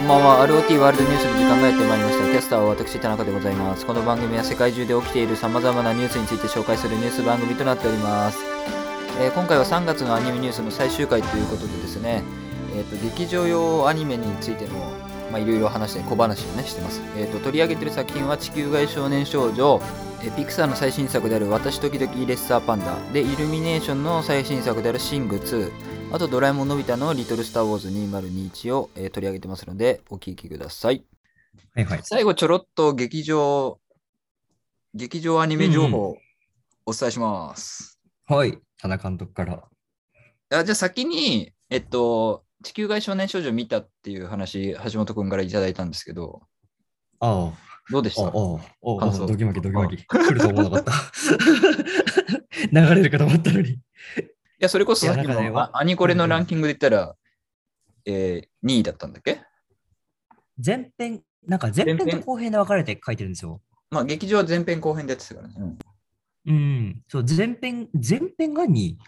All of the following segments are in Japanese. んばんは ROT ワールドニュースの時間がやってまいりましたキャスターは私田中でございますこの番組は世界中で起きている様々なニュースについて紹介するニュース番組となっております、えー今回は3月のアニメニュースの最終回ということでですね、えー、と劇場用アニメについてのまあいろいろ話して小話をねしてます、えー、と取り上げてる作品は「地球外少年少女」えーピクサーの最新作である「私時々レッサーパンダ」でイルミネーションの最新作である「シング2」あと、ドラえもんのび太のリトルスターウォーズ2021を、えー取り上げてますので、お聞きください。はいはい。最後、ちょろっと劇場、劇場アニメ情報をお伝えします。はい。田中監督から。あじゃあ先に、えっと、地球外少年少女見たっていう話、橋本くんからいただいたんですけど、あどうでしあ、ああ、たああ、感想ドキマキドキマキ。 来ると思わなかった。 流れるかと思ったのに。いや、それこそさっきいやなんかねのあアニコレのランキングで言ったら、えー、2位だったんだっけ前編、なんか前編前と編後編で分かれて書いてるんですよ。まあ、劇場は前編後編でやってたからね。うん。そう、前編、前編が2位。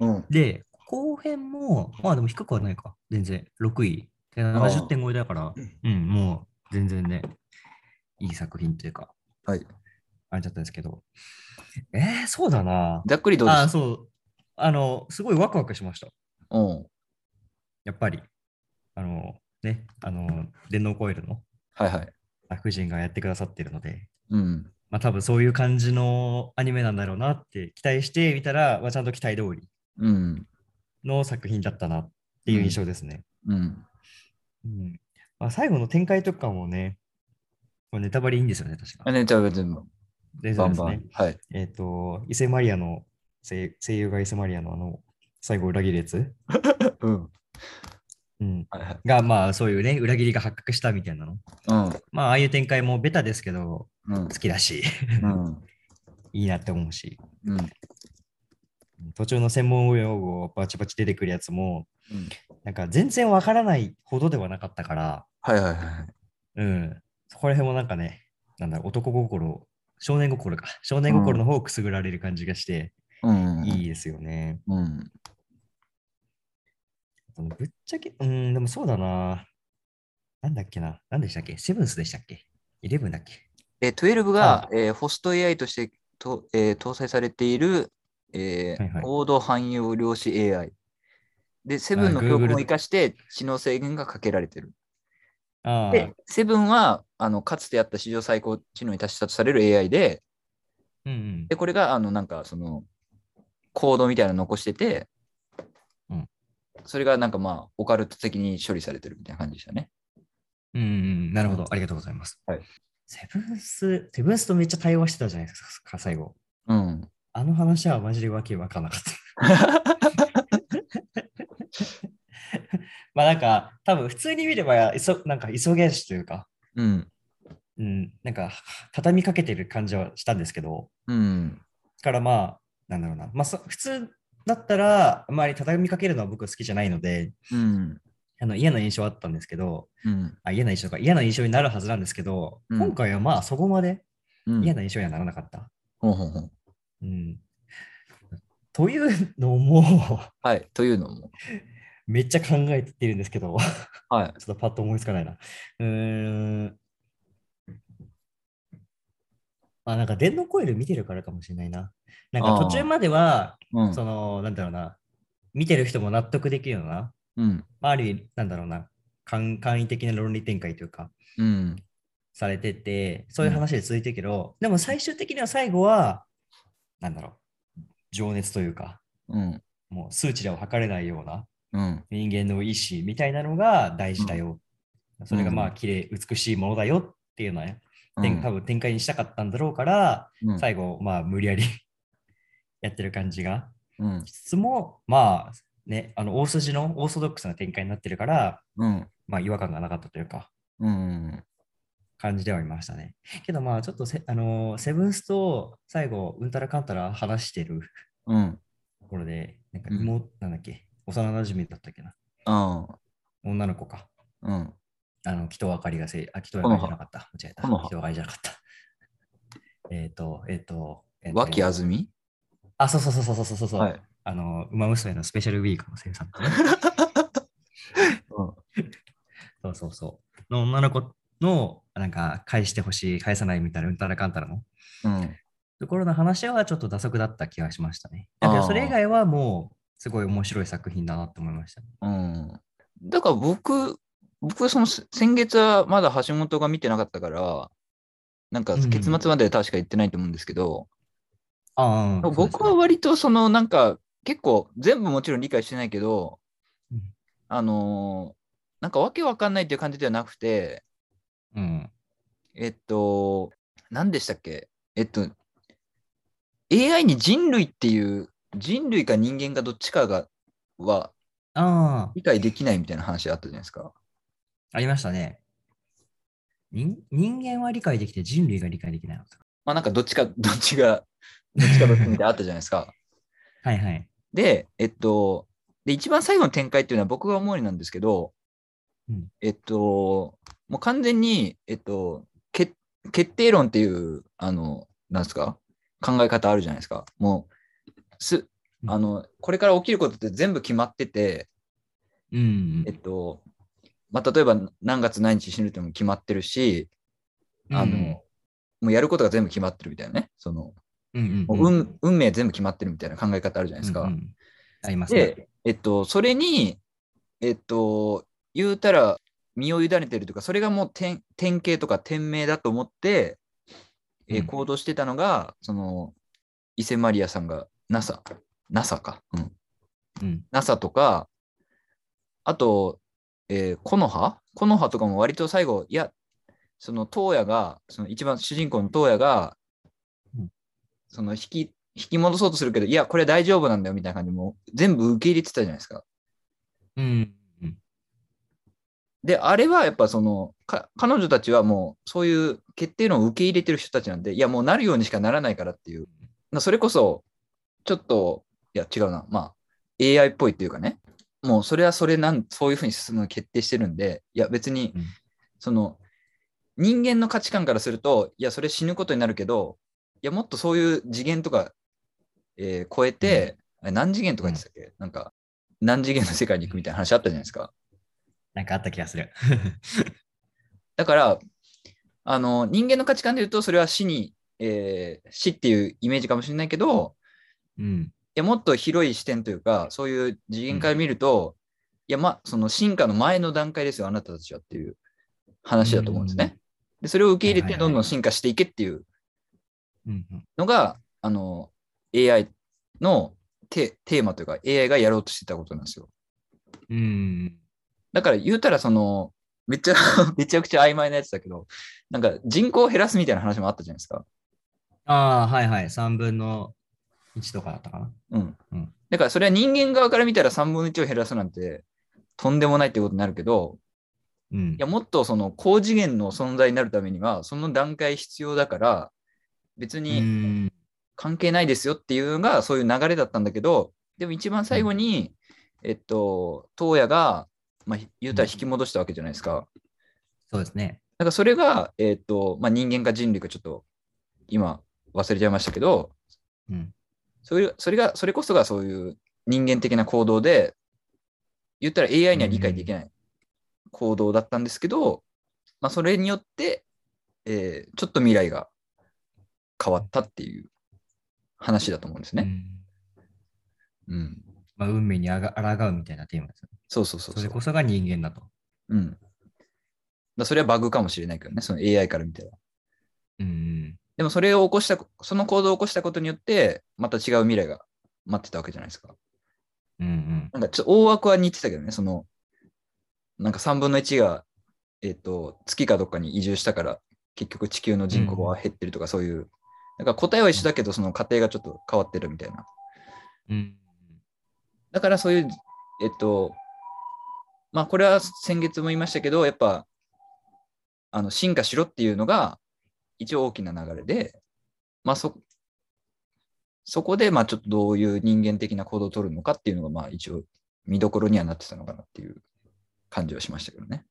うん。うん、で、後編も、まあでも低くはないか。全然、6位。でああ70.5位だから、うん、もう全然ね、いい作品というか、はい。あれだったんですけど。えー、そうだな。ざっくりどうでああ、したそう。あの、すごいワクワクしました。うん。やっぱり、あの、ね、あの、電脳コイルのはいはい。悪人がやってくださってるので、うん。まあ多分そういう感じのアニメなんだろうなって期待してみたら、まあ、ちゃんと期待通りうん。の作品だったなっていう印象ですね。うん。うんまあ、最後の展開とかもね、これネタバレいいんですよね、確あか。ね、じゃあ別に、大丈バ夫ンですバねン。。はい。えっ、と、伊勢マリアの声、声優が伊勢マリアのあの、最後裏切るやつ、うん。うん、はいはい。が、まあそういうね、裏切りが発覚したみたいなの。うん。まあああいう展開もベタですけど、うん好。きだし、 うん。いいなって思うし、うん。途中の専門用語バチバチ出てくるやつも、うんなんか全然わからないほどではなかったから、はいはいはい。うん、そこら辺もなんかね、なんだろう男心、少年心か、少年心の方をくすぐられる感じがして、うん。いいですよね。うん。そのぶっちゃけ、うん、でもそうだな。なんだっけな、なんでしたっけ、セブンスでしたっけ、イレブンだっけ。えー、12が、えー、ホスト AI としてと、えー搭載されている、えーはいはい高度汎用量子 AI。で、セブンのあー教訓 Google を生かして知能制限がかけられてる。あであ、、セブンはあのかつてあった史上最高知能に達したとされる AI で、うんで、これが、あの、なんか、その、コードみたいなの残してて、うんそれが、なんかまあ、オカルト的に処理されてるみたいな感じでしたね。うん、うんうん、なるほど、ありがとうございます。はいセブンス、セブンスとめっちゃ対話してたじゃないですか、最後。うん。あの話はマジでわけわかんなかった。 まあなんか、多分普通に見れば、いそなんか急げしというか、うん。うん、なんか畳みかけてる感じはしたんですけど、うん。だからまあ、なんだろうな、まあそ普通だったら、あまり畳みかけるのは僕は好きじゃないので、うん。あの嫌な印象はあったんですけど、うん。あ嫌な印象か、嫌な印象になるはずなんですけど、うん今回はまあそこまでうん。嫌な印象にはならなかった。ほうほうほううん、というのも、 はい。というのも。めっちゃ考えてるんですけど、はい。ちょっとパッと思いつかないな。うーん。あ、なんか電脳コイル見てるからかもしれないな。なんかあー途中までは、うん。その、なんだろうな、見てる人も納得できるような、うん。まあ、ある意味、なんだろうな、簡簡易的な論理展開というか、うん。されてて、そういう話で続いてるけど、でも最終的には最後は、なんだろう、情熱というか、うん。もう数値では測れないような、うん。人間の意志みたいなのが大事だよ。それがまうあ綺麗美しいものだよっていうのはね、うてんん多分展開にしたかったんだろうから、うん最後、まあ無理やり やってる感じがうん。しつつも、まあね、あの大筋のオーソドックスな展開になってるから、うん。まあ違和感がなかったというか、うん。感じではいましたね。けどまあちょっとせ、あのーセブンスと最後、うんたらかんたら話してるうん。ところで、なんかうん妹、なんだっけ、幼馴染だったっけな、あ女の子か。あ。うん。あの、人分かりがせい、あ、人分かりじゃなかった。間違えた。こ の葉人分かりじゃなかった。えっと、えっ、と、えーと和木あずみあ、そうそうそうそうそうそうそう、はい。あの、馬娘のスペシャルウィークの生産とね。 うんそうそうそう。の女の子の、なんか、返してほしい、返さないみたいな、うんたらかんたらのうん。ところの話はちょっと打足だった気がしましたね。だけど、あーそれ以外はもう、すごい面白い作品だなと思いましたね。うん。だから僕、僕、そのせ先月はまだ橋本が見てなかったから、なんかうん結末まで確か言ってないと思うんですけど、ああ、そうです僕はね割とそのなんか結構全部もちろん理解してないけど、うんあのーなんかわけわかんないっていう感じではなくて、うん。えっと、何でしたっけえっと、AI に人類っていう、人類か人間かどっちかが、はああ、理解できないみたいな話あったじゃないですか。ありましたね。人人間は理解できて人類が理解できないのか。まあなんかどっちか、どっちが、どっちかどっちみたいなのあったじゃないですか。はいはい。で、えっと、で、一番最後の展開っていうのは僕が思うになんですけど、うんえっと、もう完全に、えっと、決決定論っていう、あの、なんですか、考え方あるじゃないですか。もう、す、あの、これから起きることって全部決まってて、うんえっと、まあ、例えば何月何日死ぬっていうのも決まってるし、うん。あの、もうやることが全部決まってるみたいなね、その、うんうんもう運運命全部決まってるみたいな考え方あるじゃないですか。うんうんありますねで。、えっと、それに、えっと、言うたら身を委ねてるというか、それがもう典典型とか天命だと思って、えーうん行動してたのが、その伊勢マリアさんが NASA、NASA か、うん、うん。 NASA とか、あと、えー、コノハコノハとかも割と最後、いや、その東野が、その一番主人公の東野がうん、その引き、引き戻そうとするけど、いや、これ大丈夫なんだよみたいな感じでもう全部受け入れてたじゃないですか。うん。うんで、あれはやっぱその、か彼女たちはもうそういう決定論を受け入れてる人たちなんで、いや、もうなるようにしかならないからっていう。なそれこそ、ちょっと、いや、違うな。まあ、AI っぽいっていうかね。もうそれはそれなん、そういうふうに進むの決定してるんで、いや、別に、うんその、人間の価値観からすると、いや、それ死ぬことになるけど、いや、もっとそういう次元とか、えー超えて、あれ何次元とか言ってたっけ、なんか、何次元の世界に行くみたいな話あったじゃないですか。なんかあった気がする。だからあの人間の価値観で言うとそれは死に、えー死っていうイメージかもしれないけどうん。いやもっと広い視点というかそういう次元から見ると、いやまその進化の前の段階ですよあなたたちはっていう話だと思うんですね。でそれを受け入れてはいはいはどいんどん進化していけっていううんうん。のがあの AI のテテーマというか AI がやろうとしてたことなんですよ。うん。だから言うたらそのめっちゃ めちゃくちゃ曖昧なやつだけどなんか人口を減らすみたいな話もあったじゃないですか。ああ、はいはい。3分の1とかだったかな。うんうんだからそれは人間側から見たら3分の1を減らすなんてとんでもないってことになるけど、うんいや。もっとその高次元の存在になるためには、その段階必要だから、別うにん。関係ないですよっていうのがそういう流れだったんだけど、でも一番最後に、えっと、東野が、まあ、言うたら引き戻したわけじゃないですか。そうですね。だからそれが、えっと、まあ、人間か人類かちょっと今忘れちゃいましたけど、うん。それそれがそれこそがそういう人間的な行動で言ったら AI には理解できない行動だったんですけど、まあ、それによって、えーちょっと未来が変わったっていう話だと思うんですうね。んうんまあ、運命にあが抗うみたいなテーマですよね。そうそうそうそそれう。こそが人間だと。うん、だからそれはバグかもしれないけどね、その AI から見たら。うん。でもそれを起こした、その行動を起こしたことによって、また違う未来が待ってたわけじゃないですか。うんうん。なんかちょっと大枠は似てたけどね、その、なんか3分の1が、えっ、と、月かどっかに移住したから、結局地球の人口は減ってるとか、そういう、なんか答えは一緒だけど、その過程がちょっと変わってるみたいな。うん。だからそういう、えっ、と、まあこれは先月も言いましたけど、やっぱ、あの、進化しろっていうのが、一応大きな流れで、まあそ、そこで、まあちょっとどういう人間的な行動を取るのかっていうのが、まあ一応見どころにはなってたのかなっていう感じはしましたけどね。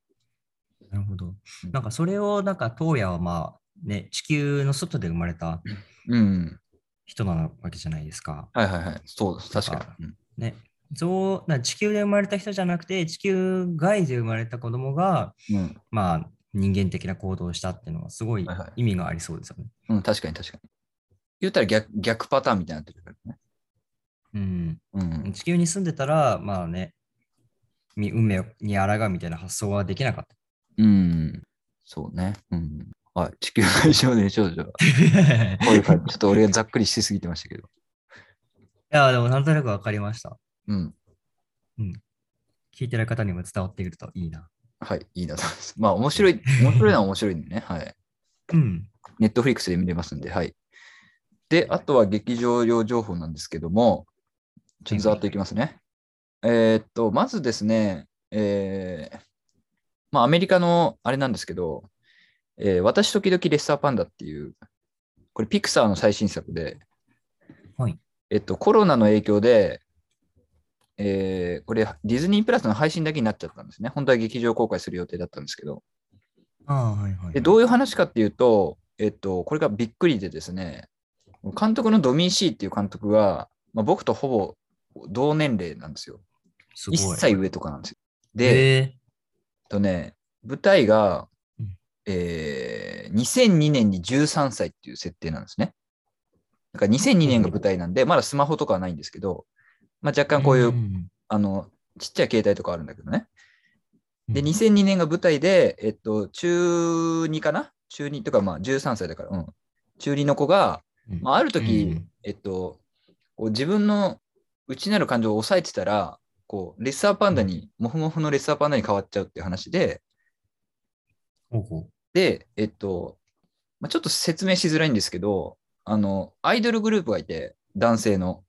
なるほど。なんかそれを、なんか、東野はまあ、ね、地球の外で生まれたうん。人なわけじゃないですか。はいはいはい。そうです。確かに。ね、そうな地球で生まれた人じゃなくて、地球外で生まれた子供が、うん。まあ、人間的な行動をしたっていうのは、すごいはいはい意味がありそうですよね。うん、確かに確かに。言ったら逆逆パターンみたいになってるからね。うん、うん。地球に住んでたら、まあね、み運命に抗うみたいな発想はできな かっうん。そうね。うん。はい。地球外少年少女は。た。いこういう感じちょっと俺がざっくりしすぎてましたけど。や、でもなんとなくわかりました。うん。聞いてる方にも伝わってくるといいな。はい。いいなと思います。まあ、面白い、面白いのは面白いんでね。はい。うん。ネットフリックスで見れますんで、はい。で、あとは劇場用情報なんですけども、ちょっとざーっといきますね。えーっと、まずですね、えーまあ、アメリカのあれなんですけど、えー私時々レッサーパンダっていう、これピクサーの最新作で、はいえっと、コロナの影響で、えーこれディズニープラスの配信だけになっちゃったんですね。本当は劇場公開する予定だったんですけど、ああ、はいはい、でどういう話かっていうと、えっと、これがびっくりでですね、監督のドミー・シーっていう監督が、まあ、僕とほぼ同年齢なんですよ。すご1い。歳上とかなんですよ。で、えっで、とね、舞台がうん、えー2002年に13歳っていう設定なんですね。だから2002年が舞台なんで、まだスマホとかはないんですけど、まあ、若干こういう、んあの、ちっちゃい携帯とかあるんだけどね。で、うん2002年が舞台で、えっと、中2かな中2とか、まあ13歳だから、うん。中2の子が、うんまあ、ある時、うんえっと、こう自分の内なる感情を抑えてたら、こう、レッサーパンダに、モフモフのレッサーパンダに変わっちゃうっていう話で、ほうほうで、えっと、まあ、ちょっと説明しづらいんですけど、あの、アイドルグループがいて、男性の。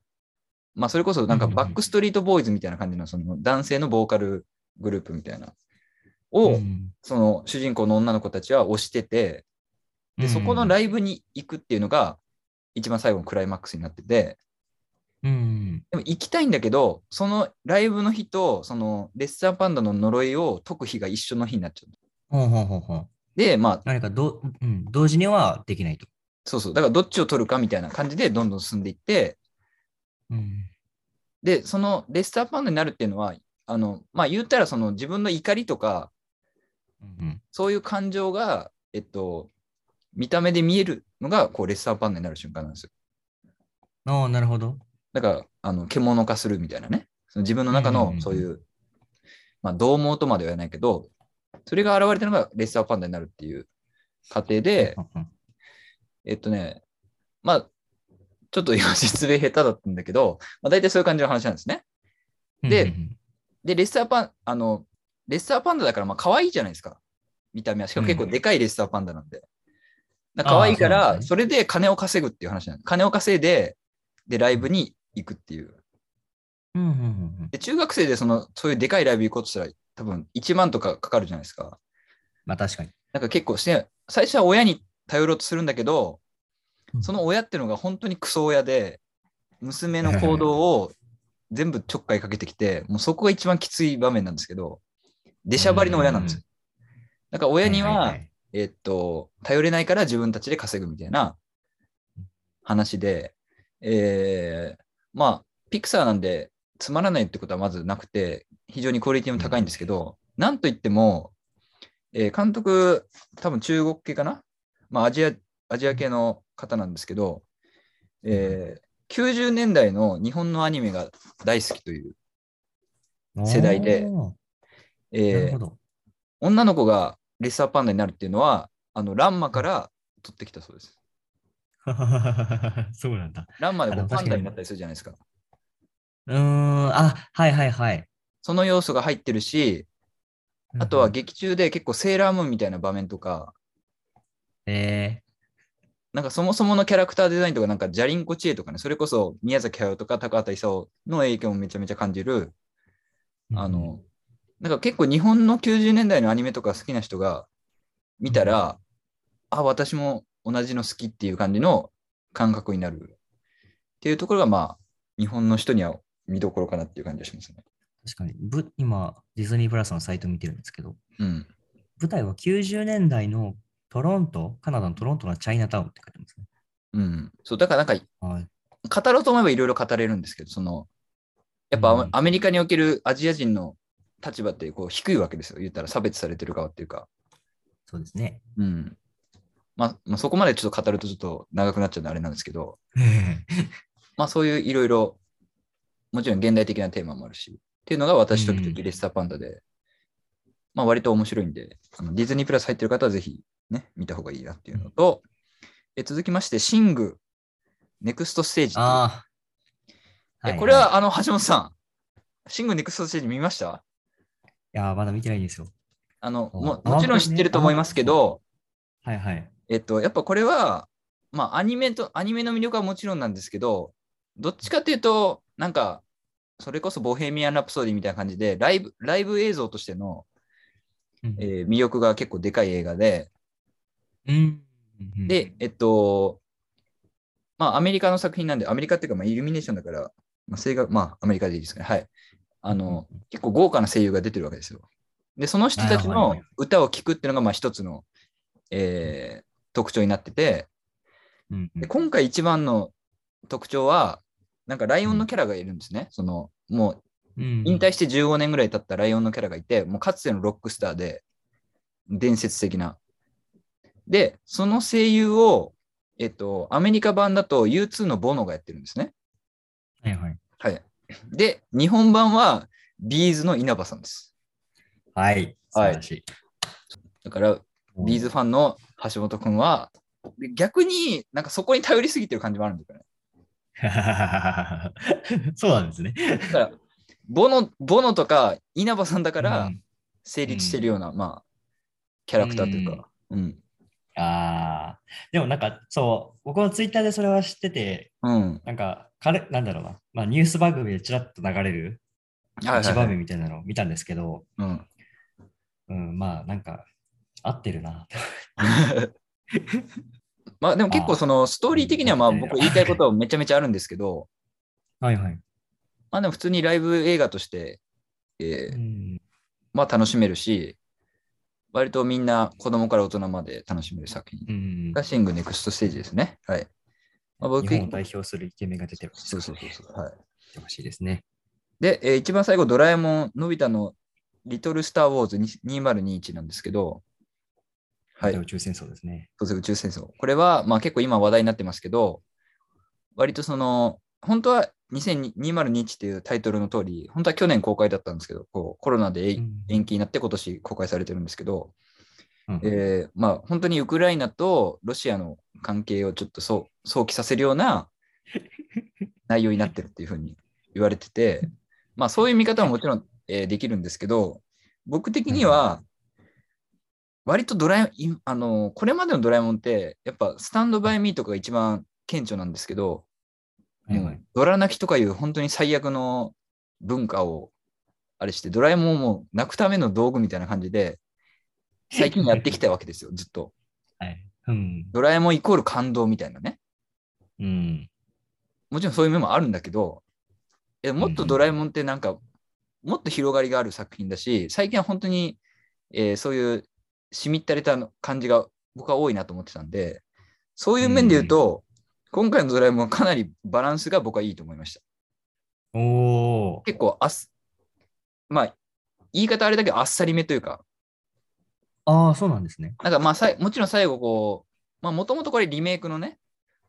まあ、それこそなんかうんうんうんバックストリートボーイズみたいな感じの、その男性のボーカルグループみたいな。を、うんその主人公の女の子たちは推してて、で、そこのライブに行くっていうのが、一番最後のクライマックスになってて、うんでも行きたいんだけど、そのライブの日と、そのレッサーパンダの呪いを解く日が一緒の日になっちゃう。ほうほうほうほう。で、まあ、何かど、うん、同時にはできないと。そうそう、だからどっちを取るかみたいな感じでどんどん進んでいって、うん。で、そのレッサーパンダになるっていうのは、あの、まあ言ったらその自分の怒りとか、うん、そういう感情が、えっと、見た目で見えるのが、こう、レッサーパンダになる瞬間なんですよ。ああ、なるほど。だから、あの、獣化するみたいなね。その自分の中うんうんうのんそういう、まあ、獰猛とまでは言わないけど、それが現れたのがレッサーパンダになるっていう過程で、うんえっとね、まあ、ちょっと今説明下手だったんだけど、まあ、大体そういう感じの話なんですね。で、うんで、レッサーパン、あの、レッサーパンダだから、まあ、可愛いじゃないですか。見た目は。しかも結構でかいレッサーパンダなんで。だから可愛いかあら、ーそれで金を稼ぐっていう話なんです。金を稼いで、で、ライブに行くっていう。うんうんうん、で、中学生でその、そういうでかいライブ行こうとしたら、多分1万とかかかるじゃないですか。まあ確かに。なんか結構して、最初は親に頼ろうとするんだけどう、んその親ってのが本当にクソ親で、娘の行動を全部ちょっかいかけてきて、もうそこが一番きつい場面なんですけど、出しゃばりの親なんですよ。だから親には、いいいえっと、頼れないから自分たちで稼ぐみたいな話で、えーまあ、ピクサーなんでつまらないってことはまずなくて、非常にクオリティも高いんですけど、なんといっても、えー監督、多分中国系かなまあ、アジア、アジア系の方なんですけど、えー90年代の日本のアニメが大好きという、世代でおえーなるーほど。 女の子がレッサーパンダになるっていうのは、あの、ランマから取ってきたそうです。そうなんだ。ランマでこあうのパン確ダかにになったりするじゃないですか。うーん、あ、はいはいはい。その要素が入ってるし、あとは、劇中で結構セーラームーンみたいな場面とか、えなんかそもそものキャラクターデザインとか、なんかジャリンコ知恵とかね、それこそ宮崎駿とか高畑勲の影響もめちゃめちゃ感じる、ーあ、の、なんか結構日本の90年代のアニメとか好きな人が見たら、あ、私も同じの好きっていう感じの感覚になるっていうところが、まあ、日本の人には見どころかなっていう感じがしますね。確かに。ぶ今、ディズニープラスのサイト見てるんですけど、うん。舞台は90年代のトロント、カナダのトロントのチャイナタウンって書いてますね。うん。そう、だからなんかはい。語ろうと思えばいろいろ語れるんですけど、そのやっぱうんアメリカにおけるアジア人の立場ってこう低いわけですよ。言ったら差別されてる側っていうか。そうですね。うん。まあ、まあ、そこまでちょっと語るとちょっと長くなっちゃうのであれなんですけど、まあそういういろいろ、もちろん現代的なテーマもあるし、っていうのが私ときときレッサーパンダで、まあ割と面白いんで、あのディズニープラス入ってる方はぜひね、見た方がいいなっていうのと、え続きまして、シング、ネクストステージっていうああ。えこれはあの橋本さん、シングネクストステージ見ましたいやー、まだ見てないんですよ。あのおもあもちろん知ってると思いますけど、はいはい。えっと、やっぱこれは、まあ、アニメと、アニメの魅力はもちろんなんですけど、どっちかっていうと、なんか、それこそボヘミアン・ラプソディみたいな感じで、ライブ、ライブ映像としての、うんえー魅力が結構でかい映画で、うん。うんで、、えっと、まあ、アメリカの作品なんで、アメリカっていうか、まあ、イルミネーションだから、まあ、声楽、まあ、アメリカでいいですかね。はい。あの、結構豪華な声優が出てるわけですよ。で、その人たちはいはいはのい歌を聴くっていうのが、まあ、一つの、えー特徴になってて、うんうんで今回一番の特徴は、なんかライオンのキャラがいるんですね。その、もううん引退して15年ぐらい経ったライオンのキャラがいて、もうかつてのロックスターで、伝説的な。で、その声優を、えっと、アメリカ版だと U2 のボノがやってるんですね。はいはい。はい。で、日本版はビーズの稲葉さんです。はい。素晴らしい。だから、ビーズファンの橋本君は、で逆になんかそこに頼りすぎてる感じもあるんだよね。 そうなんですね。だから、ボノ、ボノとか稲葉さんだかうらん成立してるような、まあ、キャラクターというか、うん。ああ。でもなんか、そう、僕はツイッターでそれは知ってて、うん。なんか、彼、なんだろうな、まあ、ニュース番組でちらっと流れるはい一はいは場い面みたいなのを見たんですけど、うん。うん、まあ、なんか、合ってるな。まあでも結構そのストーリー的にはまあうん僕言いたいことはめちゃめちゃあるんですけど、はいはい。まあでも普通にライブ映画として、えうーん、まあ楽しめるし、割とみんな子供から大人まで楽しめる作品うんがシングネクストステージですね。はい。まあ、僕日本を代表するイケメンが出てる。そうそうそうそう。はい。出てほしいですね。で、えー一番最後、ドラえもん、のび太のリトル・スター・ウォーズ2021なんですけど、はい、宇宙戦争ですね。当然宇宙戦争。これは、まあ結構今話題になってますけど、割とその、本当は202021っていうタイトルの通り、本当は去年公開だったんですけど、こうコロナでえいうん延期になって今年公開されてるんですけど、うんえーまあ本当にウクライナとロシアの関係をちょっとそう想起させるよう な内容になってるっていうふうに言われてて、まあそういう見方ももちろん、えーできるんですけど、僕的には、割とドラえもんい、あの、これまでのドラえもんって、やっぱスタンドバイミーとかが一番顕著なんですけど、はいはい。ドラ泣きとかいう本当に最悪の文化をあれして、ドラえもんも泣くための道具みたいな感じで、最近やってきたわけですよ、ずっと。はい。うん。ドラえもんイコール感動みたいなね。うん。もちろんそういう面もあるんだけど、えもっとドラえもんってなんか、もっと広がりがある作品だし、最近は本当に、えーそういうしみったれたの感じが僕は多いなと思ってたんで、そういう面で言うと、今回のドラえもんはかなりバランスが僕はいいと思いました。おー。結構あっす、まあ、言い方あれだけどあっさりめというか、ああ、そうなんですね。なんかまあさい、もちろん最後こう、まあもともとこれリメイクのね、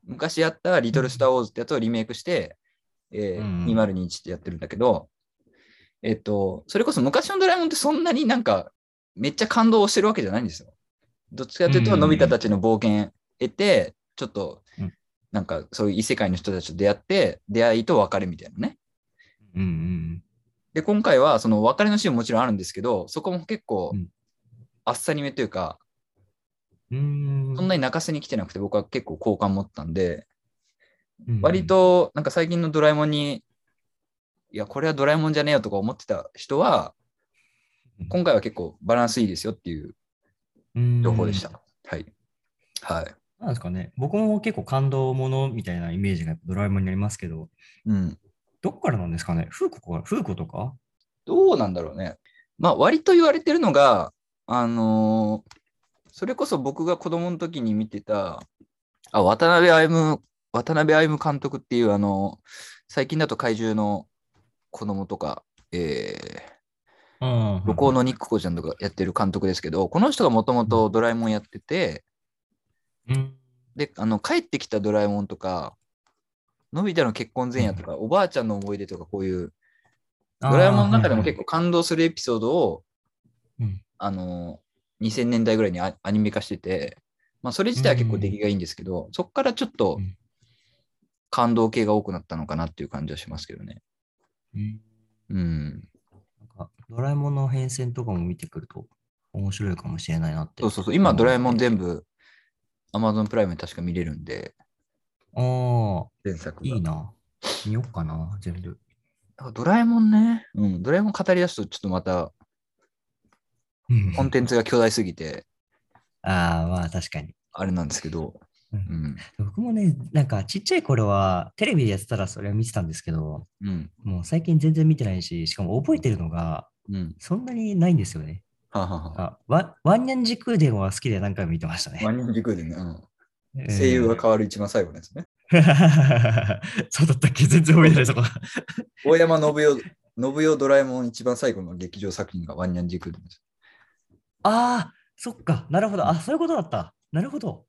昔やったリトル・スター・ウォーズってやつをリメイクして、えーうん2021ってやってるんだけど、えっと、それこそ昔のドラえもんってそんなになんか、めっちゃ感動をしてるわけじゃないんですよ。どっちかというと、うんのび太たちの冒険得て、ちょっとうん、なんかそういう異世界の人たちと出会って、出会いと別れみたいなね。うんうんで、今回はその別れのシーンももちろんあるんですけど、そこも結構うんあっさりめというか、うん。うーんそんなに泣かせに来てなくて、僕は結構好感持ったんで、うん割となんか最近のドラえもんに、いや、これはドラえもんじゃねえよとか思ってた人はうん、今回は結構バランスいいですよっていう情報でし。うんた。はい。はい。なんですかね。僕も結構感動ものみたいなイメージがドラえもんにありますけど、うん。どこからなんですかね。フーコから、フーコとかどうなんだろうね。まあ、割と言われてるのが、あのーそれこそ僕が子供の時に見てた、あ、渡辺歩、渡辺歩監督っていう、あの最近だと怪獣の子供とか、えうんー、向こうのニックコちゃんとかやってる監督ですけど、この人がもともとドラえもんやってて、うんで、あの、帰ってきたドラえもんとか、のび太の結婚前夜とか、おばあちゃんの思い出とか、こういう、ドラえもんの中でも結構感動するエピソードを、うんあの、2000年代ぐらいにアアニメ化してて、まあ、それ自体は結構出来がいいんですけど、そこからちょっとうん感動系が多くなったのかなっていう感じはしますけどね。うんうん。なんかドラえもんの変遷とかも見てくると面白いかもしれないなって。そうそうそう、今、ドラえもんで。全部、Amazon プライムで確か見れるんで、ああ、前作がいいな。見よっかな、全部。ドラえもんね、うん、ドラえもん語り出すと、ちょっとまた、うんコンテンツが巨大すぎて、ああ、まあ確かに。あれなんですけど、ううん、僕もね、なんかちっちゃい頃はテレビでやってたらそれは見てたんですけど、うん、もう最近全然見てないし、しかも覚えてるのがうん、そんなにないんですよね。はあはあはあ。あワワンニャン時空伝は好きで何回も見てましたね万。人軸でね、うんえー声優が変わる一番最後のやつね。 そうだったっけ全然覚えてないそこ。大山信代、信代ドラえもん一番最後の劇場作品がワンニャン軸でです。ああ、そっか。なるほど。あ、そういうことだった。なるほど。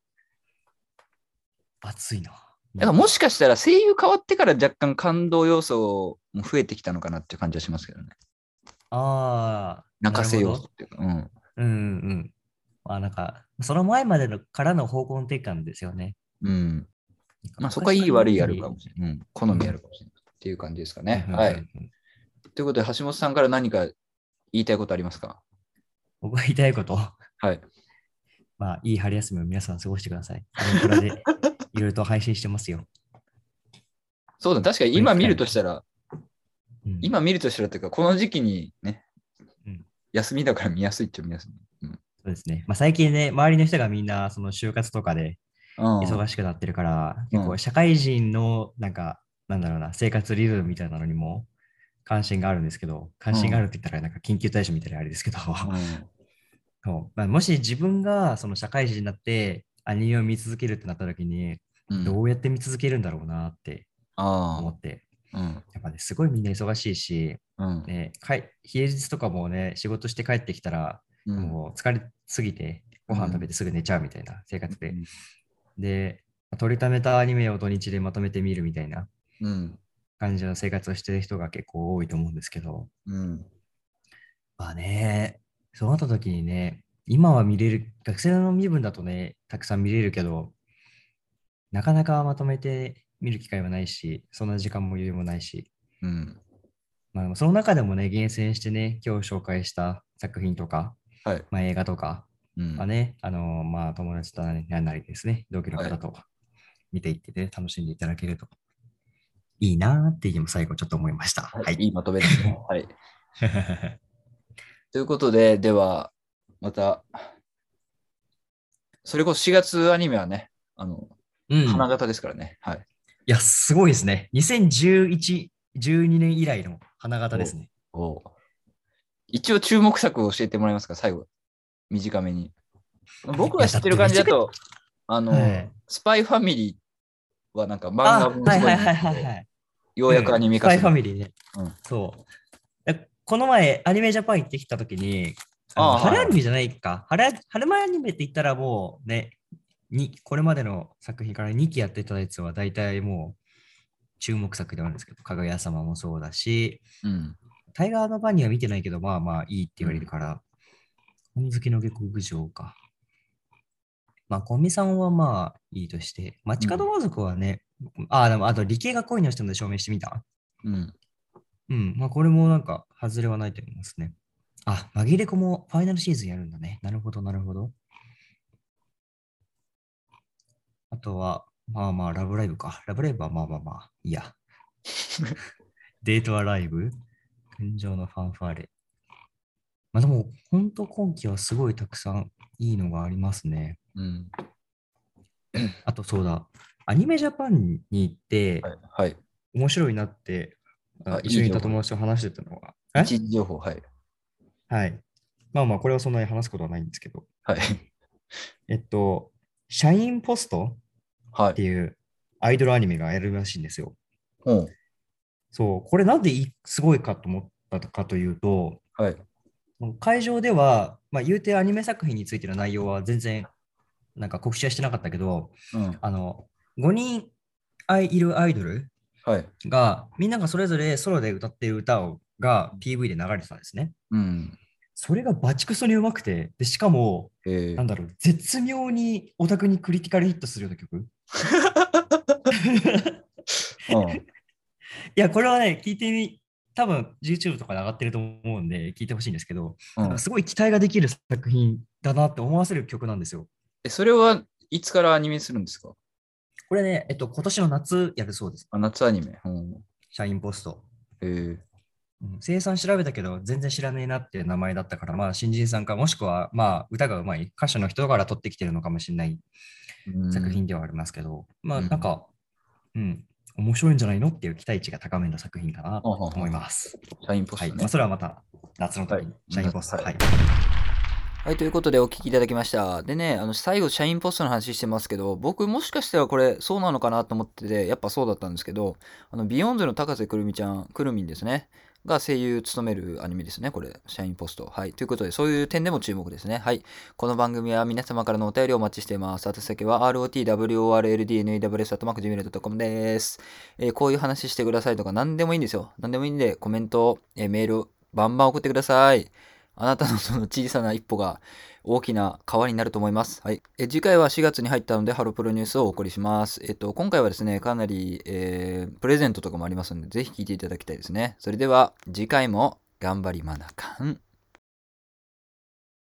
熱いな。だからもしかしたら声優変わってから若干感動要素も増えてきたのかなっていう感じはしますけどね。ああ、泣かせな要るほ素どっていうか。うん。うんうん。まあなんか、その前までのからの方向転換ですよね。うん。まあそこはいい悪いあるかもしれない。うん。好みあるかもしれない。っていう感じですかね。うんうんうんはい。。ということで、橋本さんから何か言いたいことありますか僕が言いたいこと。はい。まあ、いい春休みを皆さん過ごしてください。アメプラで いろいろと配信してますよ。そうだ、確かに今見るとしたら、うん、今見るとしたらっていうか、この時期にねうん、休みだから見やすいっちゃ見やすい。そうですね。まあ、最近ね、周りの人がみんな、その就活とかで、うん。忙しくなってるから、うん結構社会人のなんか、なんだろうな、生活リズムみたいなのにも関心があるんですけど、関心があるって言ったらなんか緊急対処みたいなあれですけど、うん そうまあ、もし自分がその社会人になってアニメを見続けるってなった時に、うんどうやって見続けるんだろうなって思あって、あ、うん、やっぱね、すごいみんな忙しいし、うん、ね、かい平日とかもね、仕事して帰ってきたら、うんもう疲れすぎて、ご飯食べてすぐ寝ちゃうみたいな生活で、で、取りためたアニメを土日でまとめて見るみたいなうん、感じの生活をしてる人が結構多いと思うんですけど、うん、まあね、そうなった時にね、今は見れる、学生の身分だとね、たくさん見れるけど、なかなかまとめて見る機会はないし、そんな時間も余裕もないし、うん、まあ、その中でもね、厳選してね、今日紹介した作品とか、はい、まあ、映画とか、うんまあ、ね、あの、まあ、友達となりなりですね、同期の方と見ていってね、楽しんでいただけるといいなーっていうのも最後ちょっと思いました。ははい、い。 いいまとめですね。はい。ということで、では、また、それこそ4月アニメはね、あの、うん、い花形ですからね。はい。や、すごいですね。2011、12年以来の花形ですね。おう一応、注目作を教えてもらえますか、最後。短めに。僕が知ってる感じだと、あの、はいスパイファミリーはなんか漫あ画もすごはいんはいですけどはいはいはい。ようやくアニメ化スパすイファる。ミリーね。うんそう。えこの前、アニメジャパン行ってきたときに、あのあー春はいアニメじゃないか。春あ春前アニメって言ったらもうね、にこれまでの作品から2期やってたやつは大体もう注目作ではあるんですけど、かぐや様もそうだし、うん。タイガーのバニーは見てないけど、まあまあいいって言われるから、本好きの下克上か。まあ、コミさんはまあいいとして、街角魔族はね、ああ、でもあと理系が恋の人で証明してみた。うん。うん、まあこれもなんか外れはないと思いますね。あ、紛れ子もファイナルシーズンやるんだね。なるほど、なるほど。あとは、まあまあ、ラブライブか。ラブライブはまあまあまあ、い いや。デートはライブ群青のファンファーレ。まあでも、ほんと今季はすごいたくさんいいのがありますね。うん。あとそうだ、アニメジャパンに行って、はいはい。面白いなって、ああ一緒にいいい情報た友達と話してたのは。え一時情報、はい。はい。まあまあ、これはそんなに話すことはないんですけど、はい。えっと、社員ポストはってい。いうアイドルアニメがやるらしいんですよ。うん。そう、これなんでいすごいかと思ったかというと、はい。会場では、まあ、言うてアニメ作品についての内容は全然なんか告知はしてなかったけど、うん。あの5人あいいるアイドルはい。がみんながそれぞれソロで歌っている歌をが PV で流れてたんですね。うん。それがバチクソにうまくてで、しかも、えーなんだろう、絶妙にオタクにクリティカルヒットするような曲。うんいや、これはね、聞いてみ、多分 YouTube とかで上がってると思うんで、聞いてほしいんですけど、うんすごい期待ができる作品だなって思わせる曲なんですよ。え、それはいつからアニメするんですかこれね、えっと、今年の夏やるそうです。あ夏アニメ。うん。社員ポスト。えーうん生産調べたけど、全然知らねえなっていう名前だったから、まあ、新人さんか、もしくは、まあ、歌がうまい、歌手の人から取ってきてるのかもしれないうん作品ではありますけど、まあ、うんなんか、うん、面白いんじゃないのっていう期待値が高めの作品かなと思います。社員ポはスい。トねまあ、。それはまた、夏の時はにい、社員ポスト。はいはい。はい、ということでお聞きいただきました。でね、あの最後、社員ポストの話してますけど、僕もしかしたらこれ、そうなのかなと思ってて、やっぱそうだったんですけど、あのビヨンズの高瀬くるみちゃん、くるみんですね、が声優務めるアニメですね、これ、社員ポスト。はい、ということで、そういう点でも注目ですね。はい、この番組は皆様からのお便りをお待ちしています。宛先は rotworldnaws.gmail.com です、えーこういう話してくださいとか、何でもいいんですよ。何でもいいんで、コメント、えーメール、バンバン送ってください。あなたのその小さな一歩が大きな川になると思います。はい。え次回は4月に入ったので、ハロプロニュースをお送りします。えっと、今回はですね、かなり、えープレゼントとかもありますので、ぜひ聞いていただきたいですね。それでは、次回も頑張りまなかん。